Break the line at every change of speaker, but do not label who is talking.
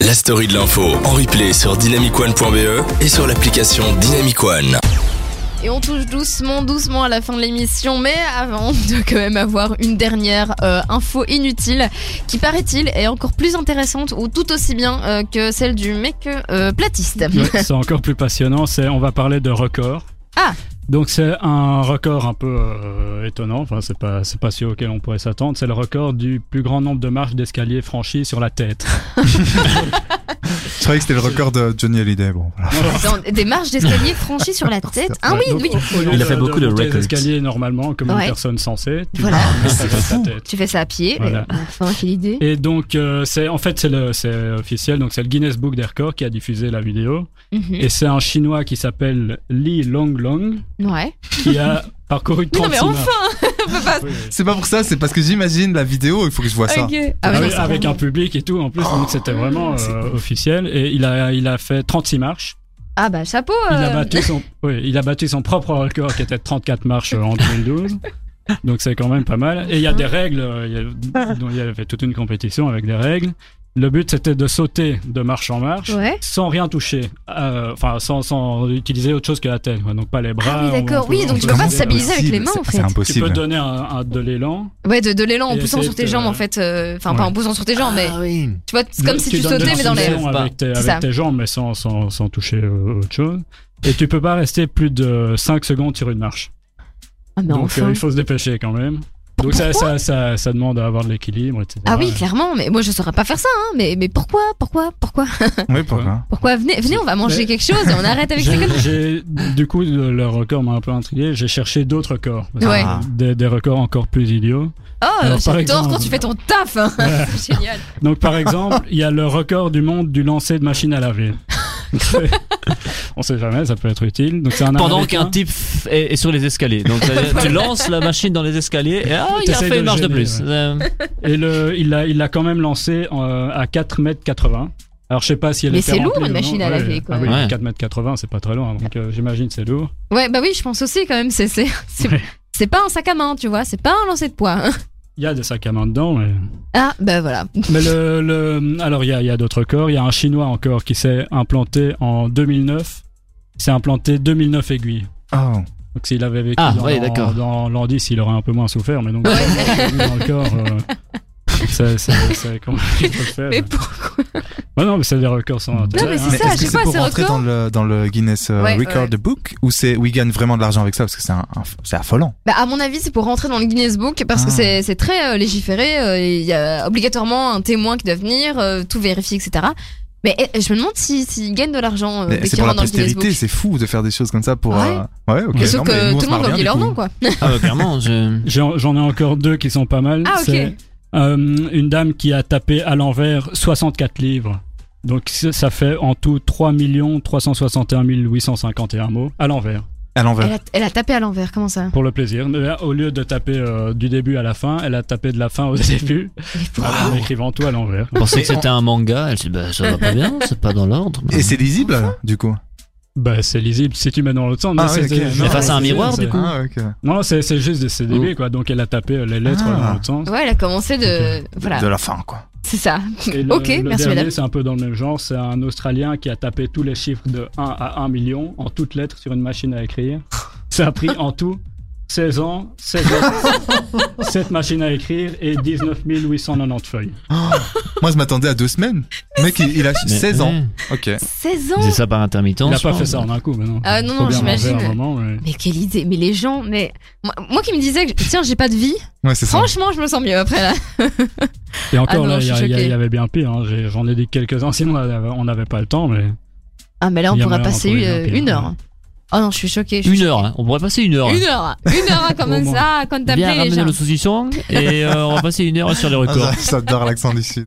la story de l'info en replay sur dynamicone.be E et sur l'application Dynamicone.
Et on touche doucement, doucement à la fin de l'émission, mais avant de quand même avoir une dernière euh, info inutile qui paraît-il est encore plus intéressante ou tout aussi bien euh, que celle du mec euh, platiste.
Ouais, c'est encore plus passionnant, c'est on va parler de record.
Ah.
Donc c'est un record un peu euh, étonnant, enfin c'est pas c'est pas celui auquel on pourrait s'attendre, c'est le record du plus grand nombre de marches d'escalier franchies sur la tête.
C'est vrai que c'était le record de Johnny Hallyday. Bon, voilà.
Dans des marches d'escalier franchies sur la tête. Ah oui,
Donc,
Ah. oui.
au- au lieu
Il a fait beaucoup de
monter les
records.
escaliers normalement comme
Ouais. Ah,
une personne censée, tu
Voilà.
montes avec ta tête.
Tu fais ça à pied.
Voilà.
mais Enfin, quelle idée.
Et donc euh, c'est en fait c'est le c'est officiel donc c'est le Guinness Book des records qui a diffusé la vidéo
Mhm.
et c'est un chinois qui s'appelle Li Longlong
Ouais.
qui a parcouru
Mais non, mais
36 marches.
enfin, on peut pas. Ah
Oui, oui.
C'est pas pour ça, c'est parce que j'imagine la vidéo, il faut que je vois ça.
Ok. Ah
Ah
ouais,
oui,
non, c'est
avec
vraiment-
un public et tout en plus donc c'était
Oh,
vraiment
C'est
euh,
cool.
officiel et il a il a fait 36 marches
Ah bah chapeau.
il a
euh,
battu son oui, il a battu son propre record qui était de 34 marches euh, en 2012 donc c'est quand même pas mal et il y a des règles euh, il y a, dont il y avait toute une compétition avec des règles le but c'était de sauter de marche en marche
Ouais.
sans rien toucher euh, enfin sans, sans utiliser autre chose que la tête quoi. donc pas les bras
Ah oui,
ou on
d'accord.
peut-
Oui,
on
donc tu
peut
peux pas
demander-
te stabiliser avec les mains
C'est-
en fait.
C'est
tu peux
impossible.
donner un, un- de l'élan
Ouais, de, de l'élan en
Et
poussant
essayer
sur tes
de-
jambes en fait. euh, Enfin, pas en
Ouais. Ah
poussant sur tes jambes, mais
oui.
tu vois, c'est comme si tu
donnes des
sautais mais dans l'air.
impulsions Avec, tes,
C'est
avec
ça.
tes jambes, mais sans, sans, sans toucher euh, autre chose. Et tu peux pas rester plus de 5 secondes sur une marche.
Ah mais
Donc euh,
enfin.
il faut se dépêcher quand même. Donc ça, ça, ça, ça demande à avoir de l'équilibre, etc.
Ah oui, clairement, mais moi je saurais pas faire ça, hein. Mais, mais pourquoi Pourquoi Pouroi
Oui, pourquoi
Pourquoi Venez, venez, on va manger
Mais-
quelque chose et on arrête avec ça
J'ai-
comme
j'ai- du coup, le le record m'a un peu intrigué. J'ai cherché d'autres records. Parce que
Ouais.
Des, des records encore plus idiots.
Oh,
Alors, par
j'adore quand
exemple-
tu fais ton taf hein. C'est génial
Donc, par exemple, il y a le record du monde du lancer de machine à laver. On sait jamais, ça peut être utile. Donc, c'est un
Pendant
Américain.
qu'un type f- est, est sur les escaliers. Donc c'est-à-dire, tu lances la machine dans les escaliers et ah, il a
T'essayes
fait
de
une marche de
gêner,
plus.
ouais.
Euh,
Et le, il l'a il l'a quand même lancé euh, à 4 m 80. Alors je sais pas si elle
Mais
est
c'est lourd,
remplie
une
ou non.
machine à
Ouais.
laver, quoi.
Ah oui,
Ouais.
4 m 80, c'est pas très loin, donc euh, j'imagine c'est lourd.
Ouais, bah oui, je pense aussi quand même, c'est c'est c'est-
Ouais.
c'est pas un sac à main, tu vois, c'est pas un lancer de poids. hein.
Il y a des sacs à main dedans, mais,
Ah, bah voilà.
mais le, le- alors il y a, il y a d'autres corps. Il y a un Chinois encore qui s'est implanté en 2009. Il s'est implanté 2009 aiguilles.
Oh.
Donc s'il avait vécu
Ah,
dans,
ouais,
l'an-
d'accord.
dans l'an 10, il aurait un peu moins souffert, mais donc
Ouais.
dans le corps, euh, c'est- c'est c'est quand même il faut le faire.
Mais pourquoi
Ouais, non, mais c'est des records sans intérêt,
mais
hein.
c'est
Mais
ça, je
est-ce
sais
que c'est
pas,
pour
c'est
rentrer
record.
dans le, dans le Guinness euh,
Ouais,
Record
ouais.
de Book ou c'est où ils gagnent vraiment de l'argent avec ça parce que c'est un- un- c'est affolant
Bah, à mon avis, c'est pour rentrer dans le Guinness Book parce que
Ah.
c'est c'est très euh, légiféré. euh, Il y a obligatoirement un témoin qui doit venir, euh, tout vérifier, etc. Mais eh, je me demande s'ils si, gagnent de l'argent euh,
Mais
dès
C'est
qu'ils
pour la
rentrent dans le Guinness
postérité,
Book.
c'est fou de faire des choses comme ça pour.
Ouais.
euh, Ouais, ok.
Mais Sauf
non, mais
que
nous, on
tout
se
le
marre
monde va
bien,
oublier
du
leur
coup.
nom, quoi.
Ah bah, clairement, je...
J'en j'en ai encore deux qui sont pas mal.
Ah, ok.
C'est, euh, une dame qui a tapé à l'envers 64 livres. Donc ça ça fait en tout 3 361 851 mots à l'envers,
À l'envers.
Elle a, elle a tapé à l'envers, comment ça
pour le plaisir. Mais là, au lieu de taper euh, du début à la fin, elle a tapé de la fin au début, en écrivant tout à l'envers.
Je pensais que c'était un manga. Elle s'est dit, bah, ça va pas bien, c'est pas dans l'ordre.
Et c'est lisible, du coup
Bah c'est lisible si tu mets dans l'autre sens.
Ah
mais
ouais,
c'est-
ok.
c'est-
Mais
face à un miroir,
c'est-
du coup.
Ah, ok.
Non, c'est c'est juste des CDB quoi. Donc elle a tapé euh, les lettres
Ah.
dans l'autre sens.
Ouais, elle a commencé de. Voilà,
De la fin, quoi.
c'est ça.
Et le,
Ok,
le
merci,
dernier,
madame.
C'est un peu dans le même genre. C'est un Australien qui a tapé tous les chiffres de 1 à 1 million en toutes lettres sur une machine à écrire. Ça a pris en tout 16 ans, 16 ans, 7 machines à écrire et 19 890 feuilles.
Moi, je m'attendais à deux semaines. Le mec, il il a 16 ans. Ok.
16 ans
C'est ça par intermittence.
Il n'a
je
pas
pense.
fait ça en un coup, maintenant.
Ah, non,
Faut
non,
bien en faire
j'imagine.
un moment, mais-
Mais quelle idée, mais les gens, mais. Moi, moi qui me disais que, tiens, j'ai pas de vie,
Ouais, c'est ça.
franchement, je me sens mieux après là.
Et encore,
Ah non,
là,
je
il y,
suis
a- il y a-
choquée.
il y avait bien pire. hein. J'ai- J'en ai dit quelques-uns, sinon on n'avait pas le temps. Mais...
Ah, mais là, on
Il y a
pourra
moyen
passer
d'en trouver
euh,
bien pire,
une heure.
ouais.
Oh non, je suis choquée. je suis
Une heure, hein. on pourrait passer une heure.
Une heure, une heure hein, comme
Au moins.
ça, quand
Bien
t'appelais les
ramener
gens.
le saucisson et euh, on va passer une heure sur les
Ah,
records.
ça- J'adore l'accent du sud.